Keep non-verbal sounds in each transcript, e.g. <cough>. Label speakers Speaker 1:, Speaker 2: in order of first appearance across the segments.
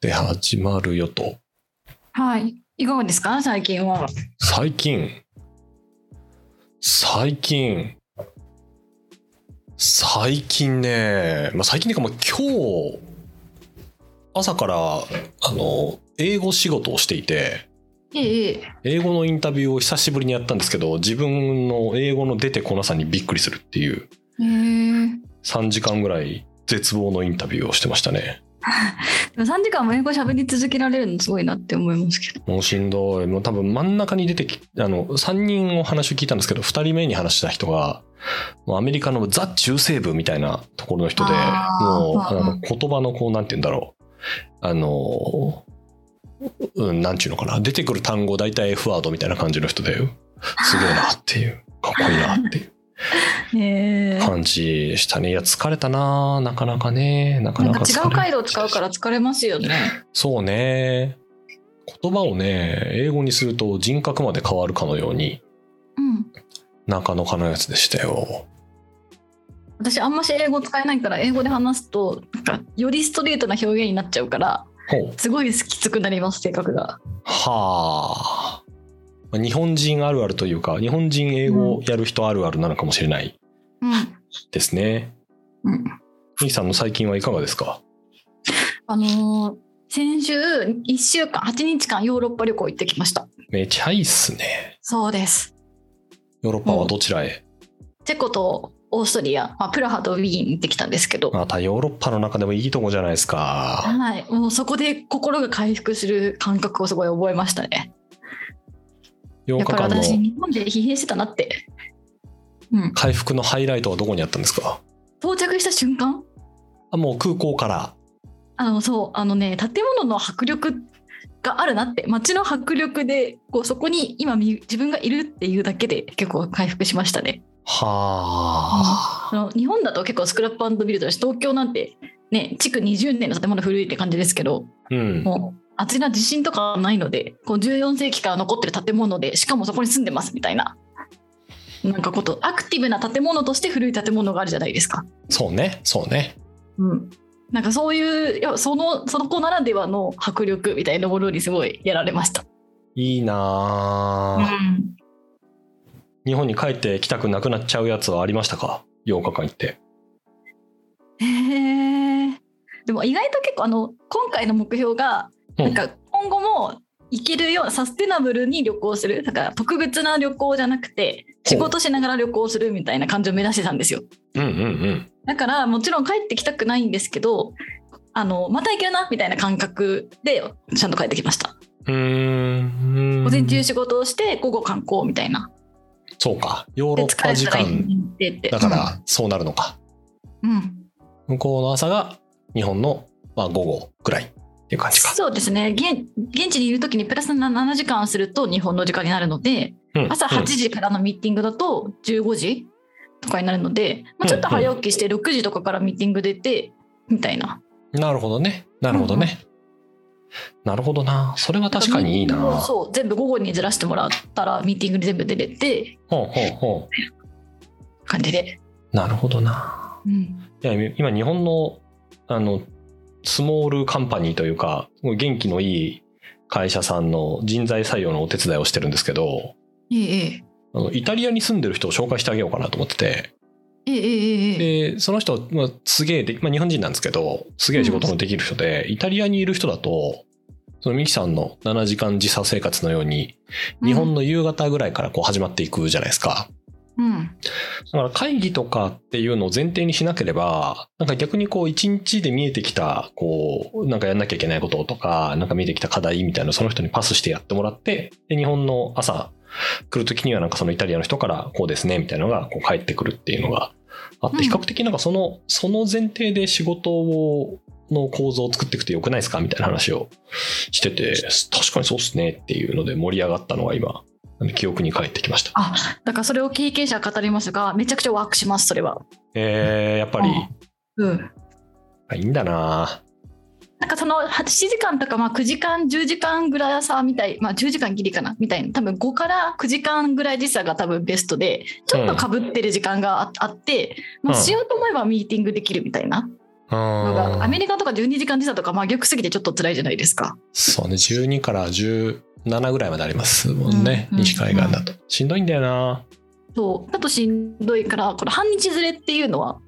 Speaker 1: で始まるよと。
Speaker 2: はい。いかがですか最近は。
Speaker 1: 最近。最近。最近ね。まあ、最近っていうか、まあ、今日、朝から、あの、英語仕事をしていて、
Speaker 2: ええ。
Speaker 1: 英語のインタビューを久しぶりにやったんですけど、自分の英語の出てこなさにびっくりするっていう、
Speaker 2: ええ。
Speaker 1: 3時間ぐらい絶望のインタビューをしてましたね。
Speaker 2: でも3時間も英語喋り続けられるのすごいなって思いますけど。
Speaker 1: もうしんどい。もう多分真ん中に出てき、あの、3人お話を聞いたんですけど、2人目に話した人が、もうアメリカのザ中西部みたいなところの人で、
Speaker 2: あー
Speaker 1: もう、
Speaker 2: うん
Speaker 1: あ
Speaker 2: う
Speaker 1: の
Speaker 2: ん
Speaker 1: 言葉のこう、なんて言うんだろう。あの、うん、なんちゅうのかな。出てくる単語、大体 F ワードみたいな感じの人で、すげえなっていう、かっこいいなっていう
Speaker 2: ええ。
Speaker 1: 感じでしたね。いや、疲れたななかなかね。なか
Speaker 2: な
Speaker 1: なんか
Speaker 2: か
Speaker 1: 疲れ
Speaker 2: 違う回路を使うから疲れますよね。
Speaker 1: そうね。言葉をね、英語にすると人格まで変わるかのように、
Speaker 2: うん。
Speaker 1: 中野かのやつでしたよ。
Speaker 2: 私あんまし英語使えないから英語で話すとなんかよりストレートな表現になっちゃうから
Speaker 1: ほう。
Speaker 2: すごいきつくなります性格が。
Speaker 1: はあ。まあ日本人あるあるというか、日本人英語やる人あるあるなのかもしれない
Speaker 2: うん。
Speaker 1: ですね。
Speaker 2: うん、
Speaker 1: ミキさんの最近はいかがですか
Speaker 2: あのー先週1週間8日間ヨーロッパ旅行行ってきました。
Speaker 1: めちゃいいっすね。
Speaker 2: そうです。
Speaker 1: ヨーロッパはどちらへ、
Speaker 2: チェコとオーストリア、まあ、プラハとウィーン行ってきたんですけど、
Speaker 1: またヨーロッパの中でもいいとこじゃないですか。
Speaker 2: はい、もうそこで心が回復する感覚をすごい覚えましたね。
Speaker 1: 8
Speaker 2: やっ
Speaker 1: 日
Speaker 2: ぱり
Speaker 1: 間の
Speaker 2: 私、日本で疲弊してたなって。うん、
Speaker 1: 回復のハイライトはどこにあったんですか
Speaker 2: 到着した瞬間
Speaker 1: あもう空港から。
Speaker 2: あのそうあのね建物の迫力があるなって街の迫力でこうそこに今み自分がいるっていうだけで結構回復しましたね。
Speaker 1: はあ。
Speaker 2: あの日本だと結構スクラップビルドだし東京なんてね築20年の建物古いって感じですけど
Speaker 1: うん。
Speaker 2: もうあちら地震とかないのでこう14世紀から残ってる建物でしかもそこに住んでますみたいななんかことアクティブな建物として古い建物があるじゃないですか。
Speaker 1: そうね、そうね。
Speaker 2: うん、なんかそういういやそのその子ならではの迫力みたいなものにすごいやられました。
Speaker 1: いいな
Speaker 2: う
Speaker 1: あ
Speaker 2: ん、
Speaker 1: 日本に帰ってきたくなくなっちゃうやつはありましたか ?8 日間行って。
Speaker 2: へえでも意外と結構あの今回の目標が
Speaker 1: うん
Speaker 2: なんか今後も行けるようなサステナブルに旅行するだから特別な旅行じゃなくて仕事しながら旅行するみたいな感じを目指してたんですよ。
Speaker 1: うんうんうん。
Speaker 2: だからもちろん帰ってきたくないんですけどあのまた行けるなみたいな感覚でちゃんと帰ってきました
Speaker 1: うーん。
Speaker 2: 午前中仕事をして午後観光みたいな
Speaker 1: そうか。ヨー
Speaker 2: で
Speaker 1: ロッ
Speaker 2: 疲
Speaker 1: パ
Speaker 2: れ
Speaker 1: 時
Speaker 2: たらいい
Speaker 1: 間
Speaker 2: ねって言って
Speaker 1: だからそうなるのか。
Speaker 2: うん、うん
Speaker 1: 向こうの朝が日本の、まあ、午後くらいっていう感じか。
Speaker 2: そうですね現現地にいる時にプラス7時間すると日本の時間になるので
Speaker 1: うん
Speaker 2: 朝8時からのミーティングだと15時とかになるので、まあ、ちょっと早起きして6時とかからミーティング出てみたいな
Speaker 1: うんなるほどね。なるほどね。なるほどな。それは確かにいいな。ほ
Speaker 2: そう全部午後にずらしてもらったらミーティングに全部出れて
Speaker 1: うほうほ
Speaker 2: 感じで、
Speaker 1: う。なるほどな。
Speaker 2: うん、
Speaker 1: いや今日本のあのスモールカンパニーというかすごい元気のいい会社さんの人材採用のお手伝いをしてるんですけど
Speaker 2: ええ
Speaker 1: あのイタリアに住んでる人を紹介してあげようかなと思ってて
Speaker 2: えええええ
Speaker 1: でその人、まあ、すげえで、まあ、日本人なんですけどすげえ仕事のできる人で、イタリアにいる人だとそのミキさんの7時間時差生活のように日本の夕方ぐらいからこう始まっていくじゃないですか。
Speaker 2: うん
Speaker 1: だから会議とかっていうのを前提にしなければ、なんか逆にこう一日で見えてきた、こう、なんかやんなきゃいけないこととか、なんか見えてきた課題みたいなのをその人にパスしてやってもらって、で、日本の朝来るときにはなんかそのイタリアの人からこうですね、みたいなのがこう返ってくるっていうのがあっ
Speaker 2: うん
Speaker 1: て、比較的なんかその、その前提で仕事を、の構造を作っていくとよくないですかみたいな話をしてて、確かにそうっすねっていうので盛り上がったのが今、あの記憶に返ってきました。
Speaker 2: あだからそれを経験者は語りますがめちゃくちゃワークしますそれは
Speaker 1: えー、やっぱり、
Speaker 2: うん
Speaker 1: あいいんだな
Speaker 2: なんかその8時間とかまあ9時間10時間ぐらい差みたいまあ10時間ギリかなみたいな多分5から9時間ぐらい時差が多分ベストでちょっとかぶってる時間がああって、
Speaker 1: うん
Speaker 2: まあ、しようと思えばミーティングできるみたいなのがアメ
Speaker 1: リ
Speaker 2: リカとか12時間時差とか真逆すぎてちょっと辛いじゃないですか。
Speaker 1: そうね、12から17ぐらいまでありますもんね、
Speaker 2: うんうん
Speaker 1: 西海岸だと。しんどいんだよな。
Speaker 2: そうだとしんどいからこれ半日ずれっていうのは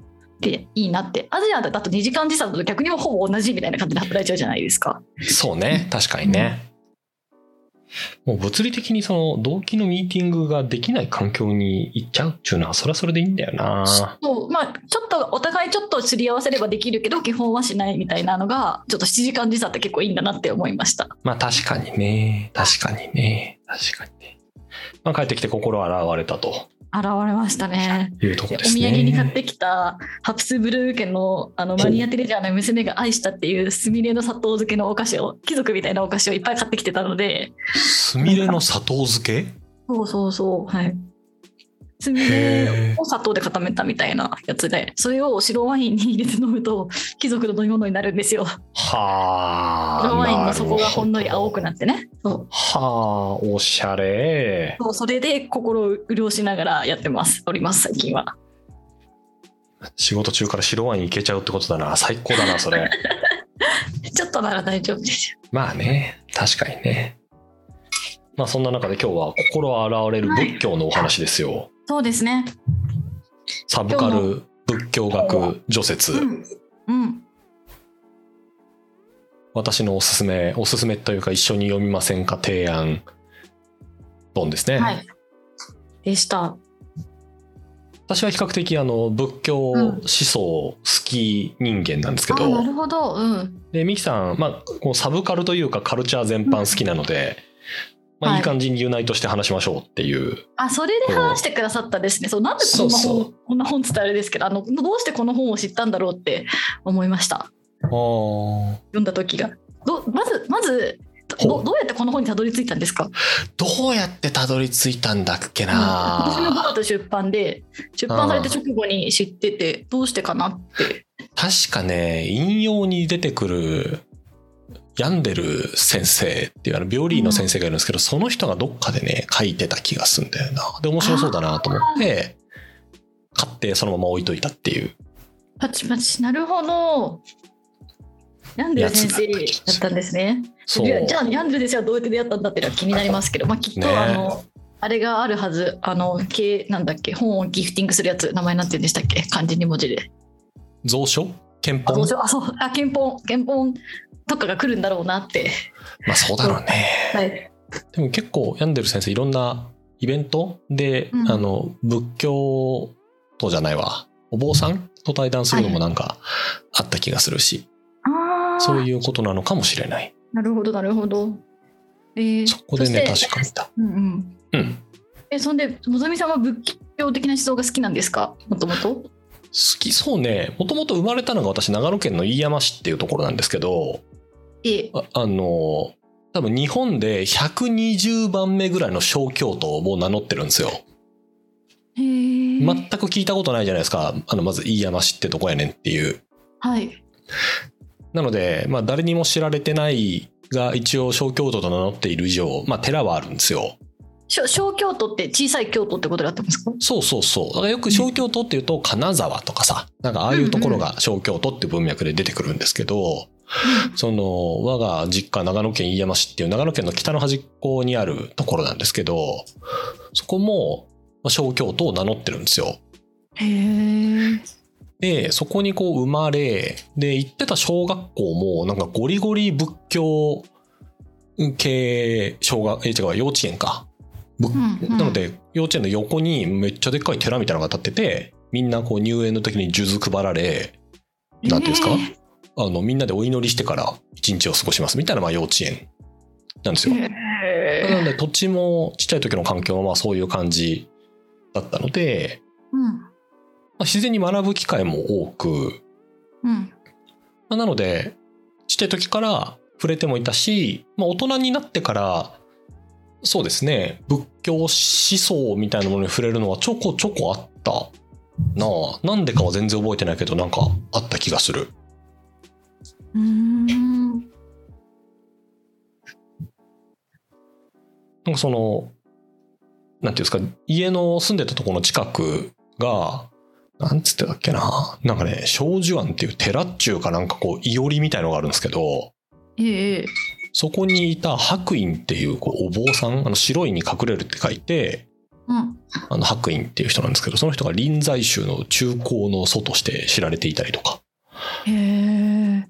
Speaker 2: でいいなってアジアだと2時間時差だと逆にもほぼ同じみたいな感じで働いちゃうじゃないですか。
Speaker 1: そうね、確かにね。もう物理的にその同期のミーティングができない環境に行っちゃうっていうのはそれはそれでいいんだよな。
Speaker 2: そうまあ、ちょっとお互いちょっとすり合わせればできるけど基本はしないみたいなのがちょっと7時間時差って結構いいんだなって思いました。
Speaker 1: まあ確かにね、確かにね、確かにね。まあ帰ってきて心洗われたと
Speaker 2: 現れましたね。
Speaker 1: いうとこ
Speaker 2: お
Speaker 1: です
Speaker 2: 土
Speaker 1: ね。
Speaker 2: 産に買ってきたハプスブルー家のあのマリア・テレジャーの娘が愛したっていうスミレの砂糖漬けのお菓子を貴族みたいなお菓子をいっぱい買ってきてたのです
Speaker 1: みれの砂糖漬け
Speaker 2: そうそうそうはいスミレを砂糖で固めたみたいなやつでそれを白ワインに入れて飲むと貴族の飲み物になるんですよ
Speaker 1: はあ。
Speaker 2: 白ワインの底がほんのり
Speaker 1: なるほ
Speaker 2: 青
Speaker 1: ど
Speaker 2: くなってねそう
Speaker 1: はあ、おしゃれ。
Speaker 2: そうそれで心を潤しながらやってますおります最近は
Speaker 1: 仕事中から白ワインいけちゃうってことだな。最高だな、そ
Speaker 2: <laughs>
Speaker 1: れ。
Speaker 2: ちょっとなら大丈夫ですよ
Speaker 1: まあね、確かにね。まあそんな中で今日は心洗われる仏教のお話ですよ。
Speaker 2: そうですね
Speaker 1: サブカ
Speaker 2: 今日
Speaker 1: ル仏教学除雪、
Speaker 2: うんうん
Speaker 1: 私のおすすめ、おすすめというか一緒に読みませんか提案本ですね。
Speaker 2: はいでした
Speaker 1: 私は比較的あの仏教思想好き人間なんですけど、
Speaker 2: あなるほど、うん、
Speaker 1: でミキさん、まあ、こうサブカルというかカルチャー全般好きなので、ま
Speaker 2: は
Speaker 1: あ、い
Speaker 2: い
Speaker 1: い感じにユナイトして話しましょうっていう、
Speaker 2: あそれで話してくださったですねそうなんでこんな本
Speaker 1: そうそう
Speaker 2: こんな本伝えるですけどあのどうしてこの本を知ったんだろうって思いました読んだ時がどまずまず
Speaker 1: ほ
Speaker 2: ど
Speaker 1: う
Speaker 2: どうやってこの本にたどり着いたんですか
Speaker 1: どうやってたどり着いたんだっけ
Speaker 2: 今
Speaker 1: な、
Speaker 2: 年の5月 <laughs> 出版で出版された直後に知っててどうしてかなって
Speaker 1: 確かね引用に出てくる病んでる先生っていうあの病理医の先生がいるんですけど、その人がどっかでね書いてた気がするんだよなで面白そうだなと思って買ってそのまま置いといたっていう
Speaker 2: パチパチなるほどヤンデル先生だったんですね
Speaker 1: そう
Speaker 2: いやじゃあヤンデル先生はどうやって出会ったんだっていうのは気になりますけど、まあ、きっと、
Speaker 1: ね
Speaker 2: あのあれがあるはずあのけなんだっけ本をギフティングするやつ名前なんて言うんでしたっけ漢字2文字で
Speaker 1: 蔵書憲
Speaker 2: あ
Speaker 1: 法
Speaker 2: どうしようあそうあ憲法憲法とかが来るんだろうなって
Speaker 1: まあそうだろうね
Speaker 2: はい
Speaker 1: でも結構病んでる先生いろんなイベントで、
Speaker 2: うん
Speaker 1: あの仏教徒じゃないわお坊さんと対談するのもなんかあった気がするし、
Speaker 2: ああ
Speaker 1: そういうことなのかもしれない
Speaker 2: なるほどなるほどえー、
Speaker 1: そこでね
Speaker 2: そして
Speaker 1: 確かにだ
Speaker 2: うんうん
Speaker 1: うん
Speaker 2: えそんでのぞみさんは仏教的な思想が好きなんですかもともと
Speaker 1: 好きそうねもともと生まれたのが私長野県の飯山市っていうところなんですけど
Speaker 2: え
Speaker 1: ああの多分日本で120番目ぐらいの小京都を名乗ってるんですよ
Speaker 2: へー
Speaker 1: 全く聞いたことないじゃないですかあのまず飯山市ってどこやねんっていう
Speaker 2: はい
Speaker 1: なのでまあ誰にも知られてないが一応小京都と名乗っている以上まあ寺はあるんですよ
Speaker 2: 小小京都って小さい京都ってことだったんですか
Speaker 1: そうそうそうだからよく小京都っていうと金沢とかさなんかああいうところが小京都って文脈で出てくるんですけど、その、我が実家、長野県飯山市っていう長野県の北の端っこにあるところなんですけど、そこも、まあ小京都を名乗ってるんですよ。
Speaker 2: へえ
Speaker 1: で、そこにこう生まれ、で、行ってた小学校も、なんかゴリゴリ仏教系小学、え、違う、幼稚園か。ぶ
Speaker 2: うんうん
Speaker 1: なので、幼稚園の横にめっちゃでっかい寺みたいなのが建ってて、みんなこう入園の時に数珠配られ、なんていうんですかあの、みんなでお祈りしてから一日を過ごしますみたいな、まあ幼稚園なんですよ。なの
Speaker 2: へえ
Speaker 1: で、土地もちっちゃい時の環境はまあそういう感じだったので、
Speaker 2: うん
Speaker 1: まあ、自然に学ぶ機会も多く、
Speaker 2: うん
Speaker 1: まあなので、ちっちゃい時から触れてもいたし、まあ大人になってから、そうですね、仏教思想みたいなものに触れるのはちょこちょこあったなあ。なんでかは全然覚えてないけど、なんかあった気がする。
Speaker 2: うーん
Speaker 1: なんかその、なんていうんですか、家の住んでたところの近くが、なんつってたっけな。なんかね、小寿庵っていう寺っちゅうかなんかこう、いおりみたいのがあるんですけど、
Speaker 2: ええ
Speaker 1: そこにいた白隠っていうこうお坊さん、あの白いに隠れるって書いて、
Speaker 2: うん。
Speaker 1: あの白隠っていう人なんですけど、その人が臨済宗の中高の祖として知られていたりとか。
Speaker 2: へえ。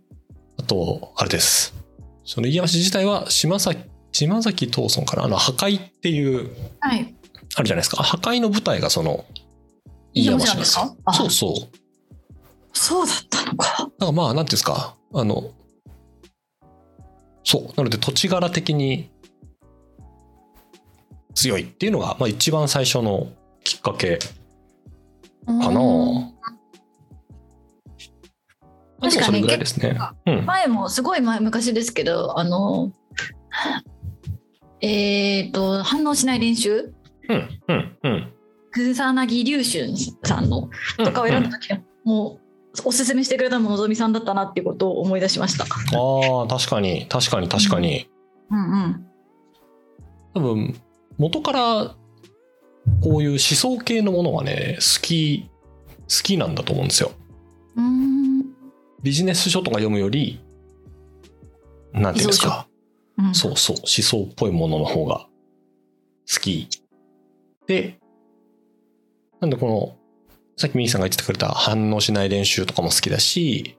Speaker 1: あと、あれです。その家康自体は島崎、島崎藤村からあの破壊っていう、
Speaker 2: はい。
Speaker 1: あるじゃないですか。破壊の舞台がその、
Speaker 2: 飯山
Speaker 1: 飯
Speaker 2: 市
Speaker 1: 山
Speaker 2: なんです
Speaker 1: 市
Speaker 2: か
Speaker 1: なん
Speaker 2: あ
Speaker 1: そうそう。
Speaker 2: そうだったのか。
Speaker 1: だからまあ、なんていうんですか、あの、そう。なので土地柄的に強いっていうのが、まあ一番最初のきっかけかな。
Speaker 2: うん
Speaker 1: あとはそれぐらいですね
Speaker 2: 確。
Speaker 1: うん。
Speaker 2: 前もすごい前昔ですけど、あの、えっ、と、反応しない練習
Speaker 1: うん。うん。うん。
Speaker 2: 草薙龍春さんの
Speaker 1: うん
Speaker 2: とかを選んだ時、もうおすすめしてくれたのものぞみさんだったなっていうことを思い出しました。
Speaker 1: ああ、確かに、確かに、確かに。
Speaker 2: うんうん。
Speaker 1: 多分、元から、こういう思想系のものがね、好き、好きなんだと思うんですよ。
Speaker 2: うーん。
Speaker 1: ビジネス書とか読むより、なんていうんですか。
Speaker 2: うん
Speaker 1: そうそう、思想っぽいものの方が好き。で、なんでこの、さっきミキさんが言ってくれた反応しない練習とかも好きだし、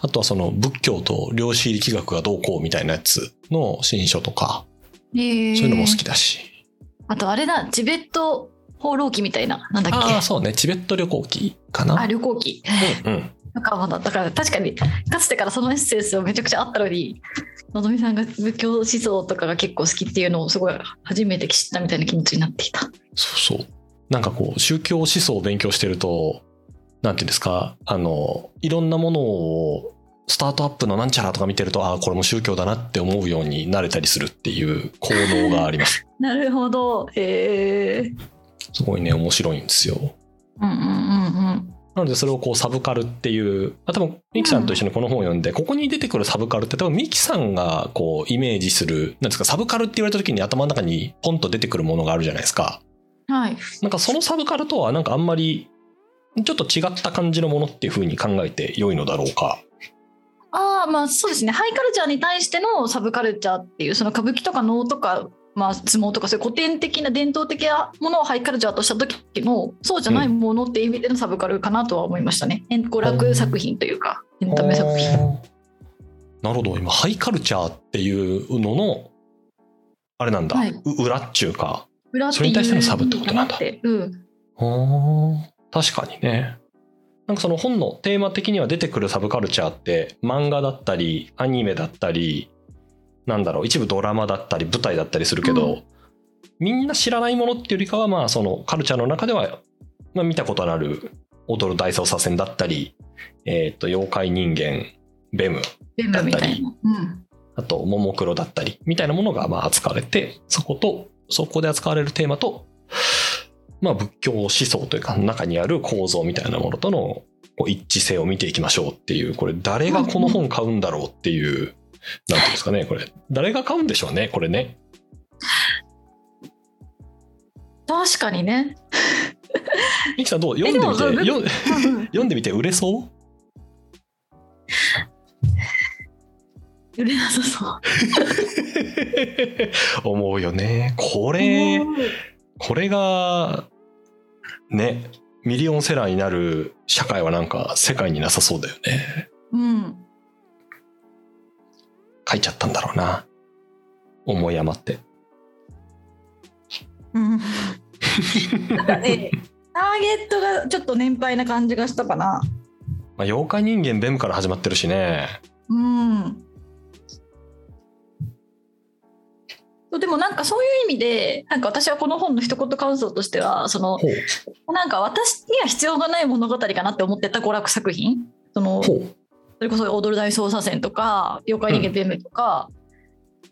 Speaker 1: あとはその仏教と量子力学がどうこうみたいなやつの新書とか、
Speaker 2: へー
Speaker 1: そういうのも好きだし。
Speaker 2: あとあれだ、チベット放浪記みたいな、なんだっけ。
Speaker 1: ああ、
Speaker 2: あ
Speaker 1: そうね、チベット旅行記かな。
Speaker 2: 旅行記。
Speaker 1: うん。
Speaker 2: なんかまだ、だから確かに、かつてからそのエッセンスをめちゃくちゃあったのに、のぞみさんが仏教思想とかが結構好きっていうのをすごい初めて知ったみたいな気持ちになっていた。
Speaker 1: そうそう。なんかこう、宗教思想を勉強してると、なんていうんですか、あの、いろんなものを、スタートアップのなんちゃらとか見てると、ああ、これも宗教だなって思うようになれたりするっていう効能があり
Speaker 2: <laughs>
Speaker 1: ます。
Speaker 2: なるほど。へえ。
Speaker 1: すごいね、面白いんですよ。
Speaker 2: うんうんうんうん。
Speaker 1: なのでそれをこうサブカルっていう、あ、多分ミキさんと一緒にこの本を読んで、ここに出てくるサブカルって多分ミキさんがこうイメージする、なんですか、サブカルって言われた時に頭の中にポンと出てくるものがあるじゃないですか。
Speaker 2: はい。
Speaker 1: なんかそのサブカルとはなんかあんまりちょっと違った感じのものっていう風に考えて良いのだろうか。
Speaker 2: ああまあそうですねハイカルチャーに対してのサブカルチャーっていうその歌舞伎とか能とか、まあ、相撲とかそういう古典的な伝統的なものをハイカルチャーとした時のそうじゃないものっていう意味でのサブカルかなとは思いましたね、娯楽作品というかエンタメ作品
Speaker 1: なるほど今ハイカルチャーっていうののあれなんだ、
Speaker 2: はいう
Speaker 1: 裏っちゅうか
Speaker 2: 裏って
Speaker 1: それ
Speaker 2: い
Speaker 1: に
Speaker 2: う
Speaker 1: 対してのサブってことなんだ
Speaker 2: 意味かなってうん
Speaker 1: ほー確かにねなんかその本のテーマ的には出てくるサブカルチャーって漫画だったりアニメだったりなんだろう一部ドラマだったり舞台だったりするけど、
Speaker 2: う
Speaker 1: みんな知らないものっていうよりかはまあそのカルチャーの中では、まあ、見たことのある「踊る大捜査線」だったり「えー、と妖怪人間」「ベム」
Speaker 2: 全部みたいな、うん、
Speaker 1: あと、ももクロだったり、みたいなものがまあ扱われて、そこと、そこで扱われるテーマと、まあ仏教思想というか、中にある構造みたいなものとのこう一致性を見ていきましょうっていう、これ誰がこの本買うんだろうっていう、なんていうんですかね、これ。誰が買うんでしょうね、これね。
Speaker 2: 確かにね
Speaker 1: ミキさんどう読んでみ
Speaker 2: え
Speaker 1: て、
Speaker 2: でも
Speaker 1: よ読んでみて売れそう <laughs>
Speaker 2: 売れなさそう
Speaker 1: 思うよね。これ、これが、ね、ミリオンセラーになる社会はなんか世界になさそうだよね。
Speaker 2: うん
Speaker 1: 書いちゃったんだろうな思い余って
Speaker 2: うんなんかねターゲットがちょっと年配な感じがしたかな
Speaker 1: まあ、妖怪人間ベムから始まってるしね
Speaker 2: うん。そうでもなんかそういう意味でなんか私はこの本の一言感想としてはその
Speaker 1: ほう
Speaker 2: なんか私には必要がない物語かなって思ってた娯楽作品そ
Speaker 1: ほ
Speaker 2: のそうれこそ「踊る大捜査線」とか「妖怪人間ベム」とか、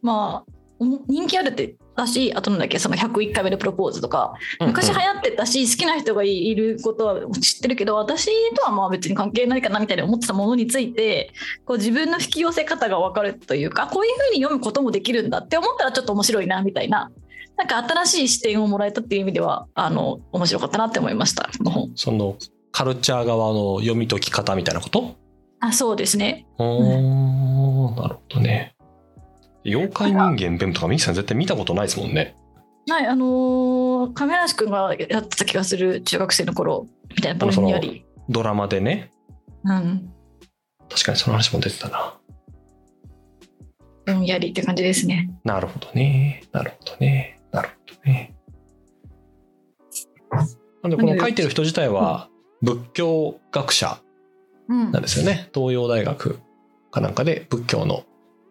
Speaker 2: まあおも人気あるってだしあとなんだっけその101回目のプロポーズとか昔流
Speaker 1: は
Speaker 2: 行ってたし好きな人がいることは知ってるけど私とはまあ別に関係ないかなみたいに思ってたものについてこう自分の引き寄せ方が分かるというかこういうふうに読むこともできるんだって思ったらちょっと面白いなみたいななんか新しい視点をもらえたっていう意味ではあの面白かったなって思いましたこの本。
Speaker 1: そのカルチャー側の読み解き方みたいなこと
Speaker 2: あそうですね
Speaker 1: おーなるほどね。妖怪人間ベムとかミキさん絶対見たことないですもんね。
Speaker 2: はいあのー亀梨君がやってた気がする中学生の頃みたいな番組より
Speaker 1: ドラマでね。
Speaker 2: うん
Speaker 1: 確かにその話も出てたな。
Speaker 2: ぼんやりって感じですね
Speaker 1: なるほどね。なるほどね。なるほどね。なんでこの書いてる人自体は仏教学者
Speaker 2: うん
Speaker 1: なんですよね。東洋大学かなんかで仏教の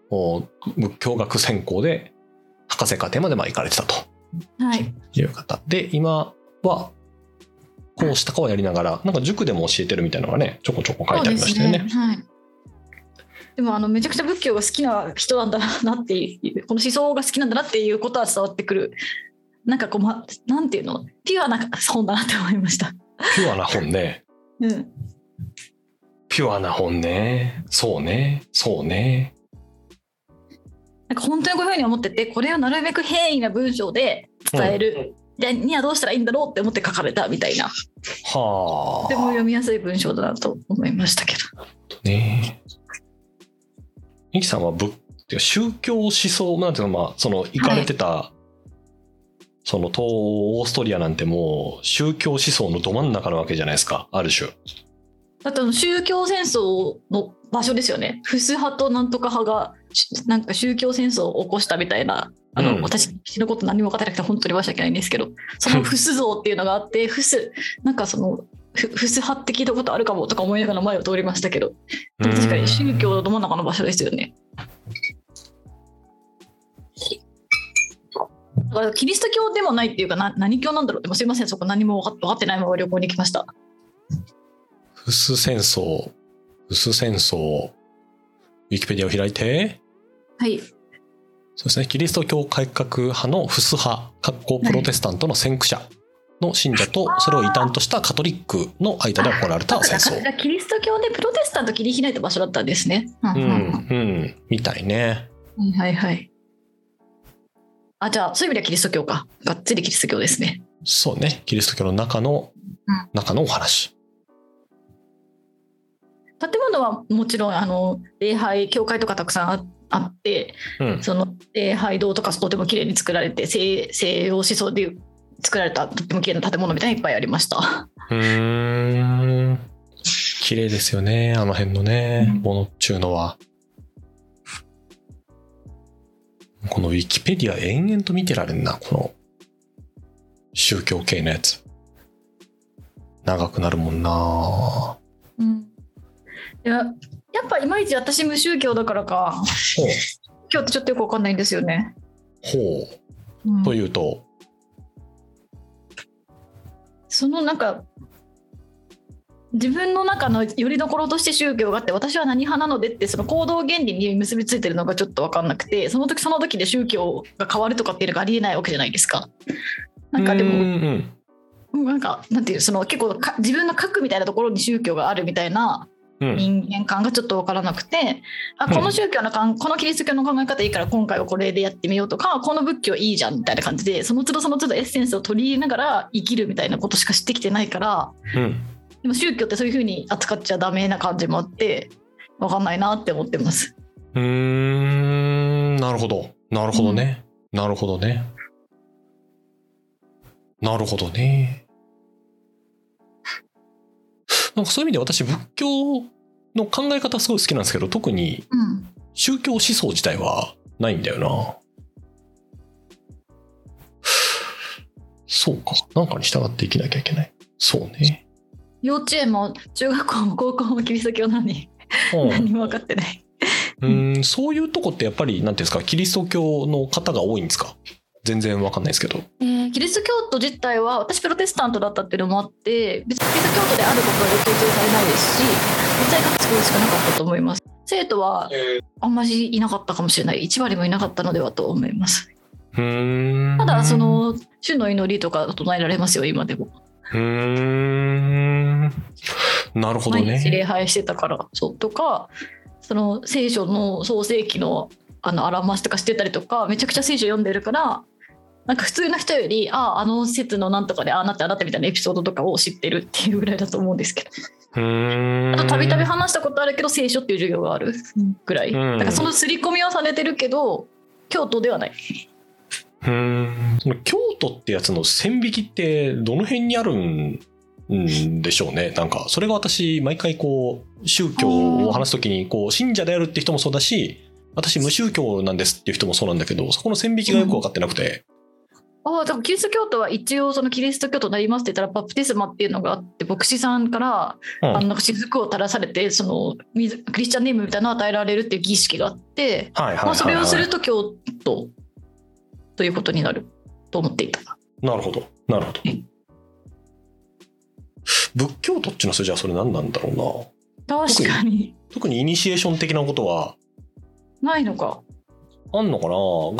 Speaker 1: お仏教学専攻で博士課程までまあ行かれてたと。
Speaker 2: はい
Speaker 1: いう方で今は講師とかをやりながらなんか塾でも教えてるみたいなのがねちょこちょこ書いてありましたよ
Speaker 2: そう
Speaker 1: ね
Speaker 2: で。すはいでもあのめちゃくちゃ仏教が好きな人なんだなっていうこの思想が好きなんだなっていうことは伝わってくるなんかこう、ま、なんていうのピュアな本だなって思いました。
Speaker 1: ピュアな本ね。
Speaker 2: うん、
Speaker 1: ピュアな本ね。そうね。そうね。
Speaker 2: なんか本当にこういうふうに思っててこれをなるべく平易な文章で伝える、でにはどうしたらいいんだろうって思って書かれたみたいな
Speaker 1: は
Speaker 2: とても読みやすい文章だなと思いましたけど。
Speaker 1: あ。ね。ミキさんは仏っていうか宗教思想なんていうのまあその行かれてた、その東欧オーストリアなんてもう宗教思想のど真ん中なわけじゃないですかある種。
Speaker 2: だってあの宗教戦争の場所ですよね。フス派となんとか派がしなんか宗教戦争を起こしたみたいな。あの、
Speaker 1: うん
Speaker 2: 私歴史のこと何も分からなくて本当に申し訳ないんですけどそのフス像っていうのがあってフスなんかそのフフス派って聞いたことあるかもとか思いながら前を通りましたけどでも確かに宗教のど真ん中の場所ですよね。だからキリスト教でもないっていうかな何教なんだろうでもすいませんそこ何も分か分かってないまま旅行に行きました。
Speaker 1: フス戦争、フス戦争、ウィキペディアを開いて、
Speaker 2: はい
Speaker 1: そうですね、キリスト教改革派のフス派、かっこプロテスタントの先駆者の信者と、それを異端としたカトリックの間で行われた戦
Speaker 2: だ
Speaker 1: 争。
Speaker 2: からキリスト教でプロテスタント切り開いた場所だったんですね。う
Speaker 1: うんん、
Speaker 2: う
Speaker 1: うんん、みたいね。
Speaker 2: うんはいはい。あじゃあそういう意味ではキリスト教か。がっつりキリスト教ですね。
Speaker 1: そうね、キリスト教の中の
Speaker 2: うん、
Speaker 1: 中のお話。
Speaker 2: 建物はもちろんあの礼拝教会とかたくさんああって
Speaker 1: うん、
Speaker 2: その礼拝堂とかとても綺麗に作られて西西洋思想で作られたとっても綺麗な建物みたいにいっぱいありました。
Speaker 1: うーん。綺麗ですよね、あの辺のね、ものっちゅうのは。このウィキペディア延々と見てられんな、この宗教系のやつ。長くなるもんな
Speaker 2: うん、いややっぱいまいち私無宗教だからか
Speaker 1: ほう。
Speaker 2: 今日ってちょっとよくわかんないんですよね。
Speaker 1: ほ
Speaker 2: うん
Speaker 1: う。というと、
Speaker 2: そのなんか自分の中のよりどころとして宗教があって私は何派なのでってその行動原理に結びついてるのがちょっと分かんなくてその時その時で宗教が変わるとかっていうのがありえないわけじゃないですか。なんかで
Speaker 1: うん
Speaker 2: も
Speaker 1: うん
Speaker 2: なんかなんていうその結構か自分の核みたいなところに宗教があるみたいな
Speaker 1: うん。
Speaker 2: 人間観がちょっと分からなくてあ
Speaker 1: うん
Speaker 2: この宗教の考えこのキリスト教の考え方いいから今回はこれでやってみようとかこの仏教いいじゃんみたいな感じでその都度その都度エッセンスを取り入れながら生きるみたいなことしか知ってきてないから。
Speaker 1: うん。
Speaker 2: でも宗教ってそういうふうに扱っちゃダメな感じもあって分かんないなって思ってます。
Speaker 1: うーん、なるほど。なるほどね。なるほどね。なるほどね。なんかそういう意味で私、仏教の考え方すごい好きなんですけど、特に
Speaker 2: うん、
Speaker 1: 宗教思想自体はないんだよな。そうか。なんかに従って生きなきゃいけない。そうね。
Speaker 2: 幼稚園も中学校も高校もキリスト教なのに
Speaker 1: うん
Speaker 2: 何も分かってない。
Speaker 1: うん、そういうとこってやっぱり、なんていうんですか、キリスト教の方が多いんですか全然わかんないですけど。
Speaker 2: えーキリスト教徒自体は私プロテスタントだったっていうのもあって別にキリスト教徒であることは強調されないですし実際学校しかなかったと思います。生徒はあんまりいなかったかもしれない1割もいなかったのではと思います。
Speaker 1: うーん
Speaker 2: ただそ、の主の祈りとか唱えられますよ今でも。
Speaker 1: うーん。なるほど
Speaker 2: 毎日礼
Speaker 1: ね。
Speaker 2: 拝してたからそうとかその聖書の創世記のあのあらましとかしてたりとかめちゃくちゃ聖書読んでるからなんか普通の人よりあああの施設のなんとかでああなってああなってみたいなエピソードとかを知ってるっていうぐらいだと思うんですけど
Speaker 1: うーん
Speaker 2: あとたびたび話したことあるけど聖書っていう授業があるぐらい、
Speaker 1: うん
Speaker 2: なんかその刷り込みはされてるけど京都ではないう
Speaker 1: ーんその京都ってやつの線引きってどの辺にあるんうんでしょうねなんかそれが私毎回こう宗教を話す時にこう信者であるって人もそうだし私無宗教なんですっていう人もそうなんだけどそこの線引きがよく分かってなくて、
Speaker 2: ああ、でもキリスト教徒は一応そのキリスト教徒になりますって言ったらバプテスマっていうのがあって牧師さんから、
Speaker 1: うん
Speaker 2: あのなんか雫を垂らされてその水クリスチャンネームみたいなのを与えられるっていう儀式があって、
Speaker 1: はいはいはいはい
Speaker 2: まあ、それをすると京都ということになると思っていた。
Speaker 1: なるほどなるほど
Speaker 2: うん
Speaker 1: 仏教徒っちのはそれじゃあそれ何なんだろうな
Speaker 2: 確かに
Speaker 1: 特にイニシエーション的なことは
Speaker 2: ないのか。
Speaker 1: あんのかな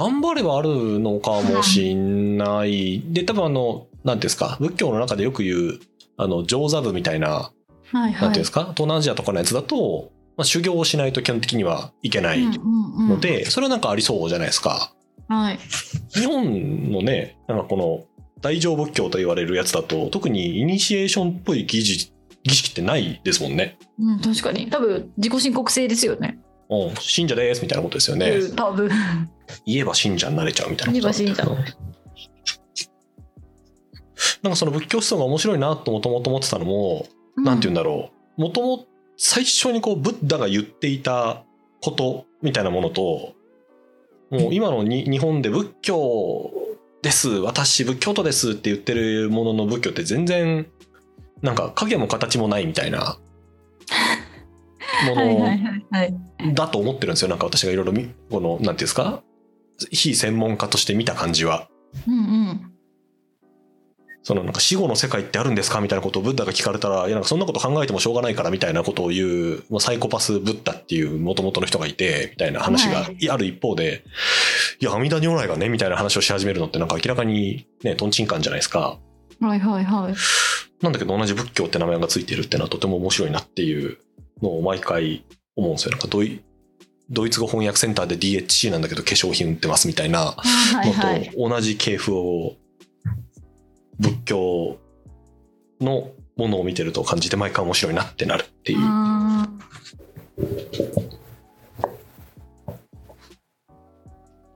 Speaker 1: 頑張ればあるのかもしん
Speaker 2: <laughs>
Speaker 1: ない。で、多分あの、なんていうんですか、仏教の中でよく言う、あの、上座部みたいな、
Speaker 2: はい
Speaker 1: なん
Speaker 2: は
Speaker 1: ていうん
Speaker 2: い
Speaker 1: です。か、東南アジアとかのやつだと、まあ、修行をしないと基本的にはいけない
Speaker 2: うんうんうん
Speaker 1: ので、それはなんかありそうじゃないですか。
Speaker 2: はい、
Speaker 1: 日本のね、なんかこの、大乗仏教と言われるやつだと、特にイニシエーションっぽい儀式儀式ってないですもんね。
Speaker 2: うん、確かに多分自己申告制ですよね。
Speaker 1: うん、信者ですみたいなことですよね。
Speaker 2: うん多分
Speaker 1: 言えば信者になれちゃうみ
Speaker 2: <laughs>
Speaker 1: たいなこと
Speaker 2: 言えば信者
Speaker 1: なんだけどなんかその仏教思想が面白いなともともと思ってたのも、なんて言うんだろうもとも最初にこうブッダが言っていたことみたいなものともう今のに日本で仏教です私仏教徒ですって言ってるものの仏教って全然なんか影も形もないみたいなも
Speaker 2: はいは
Speaker 1: の
Speaker 2: いはいはい。
Speaker 1: だと思ってるんですよ。なんか私がいろいろみ、この、なんていうんですか、非専門家として見た感じは。
Speaker 2: うんうん。
Speaker 1: そのなんか死後の世界ってあるんですかみたいなことをブッダが聞かれたら、いやなんかそんなこと考えてもしょうがないからみたいなことを言う、まあ、サイコパスブッダっていう元々の人がいて、みたいな話が
Speaker 2: はい
Speaker 1: ある一方で、い、や、阿弥陀如来がね、みたいな話をし始めるのってなんか明らかにね、トンチンカンじゃないですか。
Speaker 2: はいはいはい。
Speaker 1: なんだけど同じ仏教って名前がついてるってのはとても面白いなっていうのを毎回思うんですよ。なんかドイドイツ語翻訳センターで DHC なんだけど化粧品売ってますみたいな
Speaker 2: はい
Speaker 1: の
Speaker 2: はい。
Speaker 1: と同じ系譜を仏教のものを見てると感じて毎回面白いなってなるっていう。
Speaker 2: あー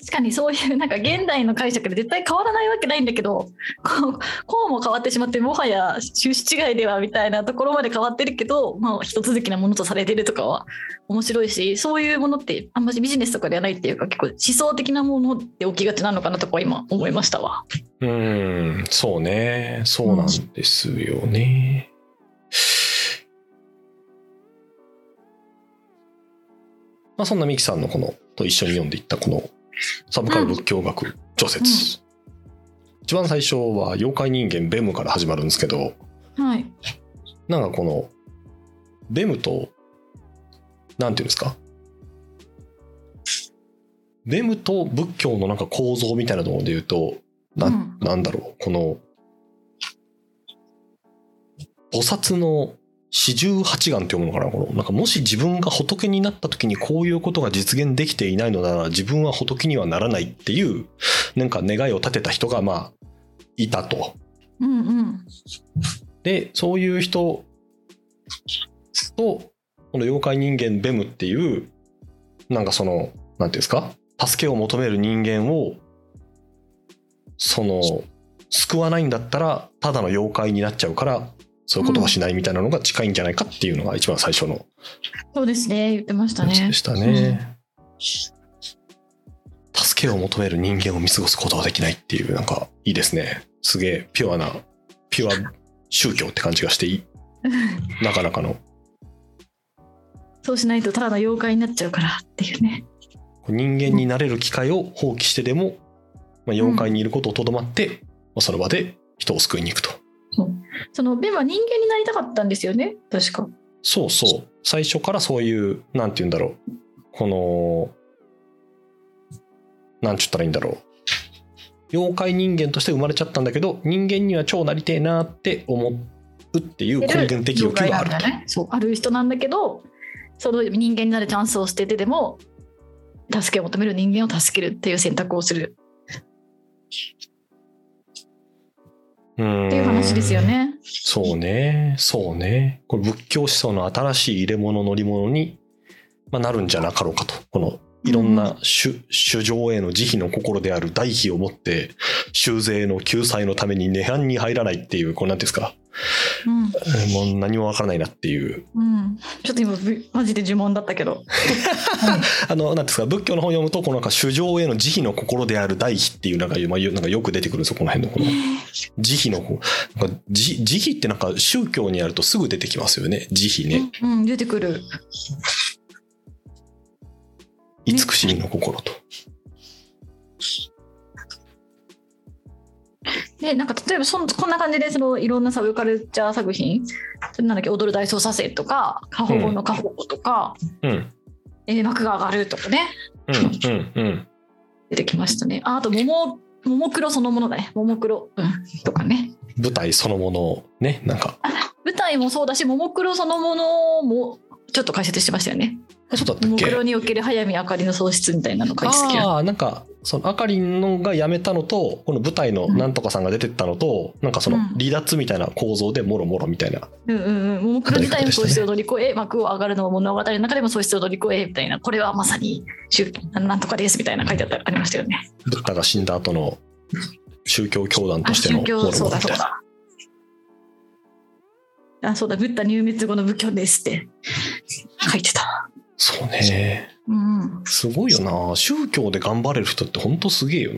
Speaker 2: 確かにそういうなんか現代の解釈で絶対変わらないわけないんだけどこうこうも変わってしまってもはや趣旨違いではみたいなところまで変わってるけど、まあ、一続きなものとされてるとかは面白いしそういうものってあんまりビジネスとかではないっていうか結構思想的なものって起きがちなのかなとか今思いましたわ。
Speaker 1: うーん、そうね。そうなんですよね。まあ、そんなミキさんのこの、と一緒に読んでいったこの、サブカル仏教学除説。一番最初は、妖怪人間ベムから始まるんですけど、
Speaker 2: はい、
Speaker 1: なんかこの、ベムと、なんていうんですかベムと仏教のなんか構造みたいなところで言うと、な
Speaker 2: うん
Speaker 1: なんだろう、この、菩薩の四十八願って読むのかなこの、なんかもし自分が仏になった時にこういうことが実現できていないのなら自分は仏にはならないっていう、なんか願いを立てた人がまあ、いたと。
Speaker 2: うんうん
Speaker 1: でそういう人とこの妖怪人間ベムっていうなんかそのなんていうんですか助けを求める人間をその救わないんだったらただの妖怪になっちゃうからそういうことはしないみたいなのが近いんじゃないかっていうのが一番最初の
Speaker 2: そうですね言ってました
Speaker 1: やつ
Speaker 2: ね
Speaker 1: で。したね。助けを求める人間を見過ごすことはできないっていうなんかいいですねすげえピュアなピュア宗教って感じがしていいなかなかの
Speaker 2: そうしないとただの妖怪になっちゃうからっていうね。
Speaker 1: 人間になれる機会を放棄してでも、まあ、妖怪にいることをとどまって、まあその場で人を救いに行くと
Speaker 2: そのベンは人間になりたかったんですよね、確か。
Speaker 1: そうそう最初からそういうなんて言うんだろうこのなんちゅったらいいんだろう妖怪人間として生まれちゃったんだけど人間には超なりてえなって思うっていう根源的欲求があると
Speaker 2: 妖怪なんだよねそうある人なんだけど、その人間になるチャンスを捨ててでも、助けを求める人間を助けるっていう選択をする。
Speaker 1: うん
Speaker 2: っていう話ですよね。
Speaker 1: そうね、そうね。これ仏教思想の新しい入れ物乗り物に、まあ、なるんじゃなかろうかと。このいろんな主主情への慈悲の心である大悲を持って、修税の救済のために涅槃に入らないっていう、こうなんていうんですか、
Speaker 2: うん
Speaker 1: えーもう何もわからないなっていう。
Speaker 2: うん、ちょっと今ぶマジで呪文だったけど。
Speaker 1: あの、なんていうんですか、仏教の本を読むと、このなんか主情への慈悲の心である大悲っていう、なんか、まあ、よなんかよく出てくるんですよ、この辺のこの。慈悲のこう、なんか慈慈悲ってなんか宗教にあるとすぐ出てきますよね、慈悲ね。
Speaker 2: うん、出てくる。
Speaker 1: 慈しみの心と。
Speaker 2: で、なんか例えばそんこんな感じでそのいろんなサブカルチャー作品、それなんだっけ、踊る大捜査線とか、過保護の過保護とか、
Speaker 1: うん。うん、
Speaker 2: えー幕が上がるとかね、
Speaker 1: うん、うん。
Speaker 2: 出てきましたね。あ、あと桃、桃黒そのものだね。桃黒、うん、とかね。
Speaker 1: 舞台そのものをね、なんか、
Speaker 2: 舞台もそうだし、ももクロそのものもちょっと解説してましたよね。
Speaker 1: そうだった
Speaker 2: も
Speaker 1: っ
Speaker 2: もク
Speaker 1: け
Speaker 2: ロにおける早見あかりの喪失みたいなの解説
Speaker 1: ああ、なんか、その、あかりんのが辞めたのと、この舞台のなんとかさんが出てったのと、なんかその
Speaker 2: うん、
Speaker 1: 離脱みたいな構造でもろもろみたいな。
Speaker 2: うんうんうん。ももクロ自体も喪失を乗り越え、幕を上がるのも物語の中でも喪失を乗り越えみたいな、これはまさに宗なんとかですみたいな書いてあったありましたよね。
Speaker 1: ブッダが死んだ後の宗教教団
Speaker 2: あ、
Speaker 1: としての
Speaker 2: 宗
Speaker 1: もろも
Speaker 2: 教、そ
Speaker 1: ろ
Speaker 2: うだ
Speaker 1: み
Speaker 2: そ
Speaker 1: た
Speaker 2: う
Speaker 1: いな。
Speaker 2: だ。あ、そうだ、ブッダ入滅後の仏教ですって書いてた。
Speaker 1: そうね。
Speaker 2: うん。
Speaker 1: すごいよな。宗教で頑張れる人って本当すげえよ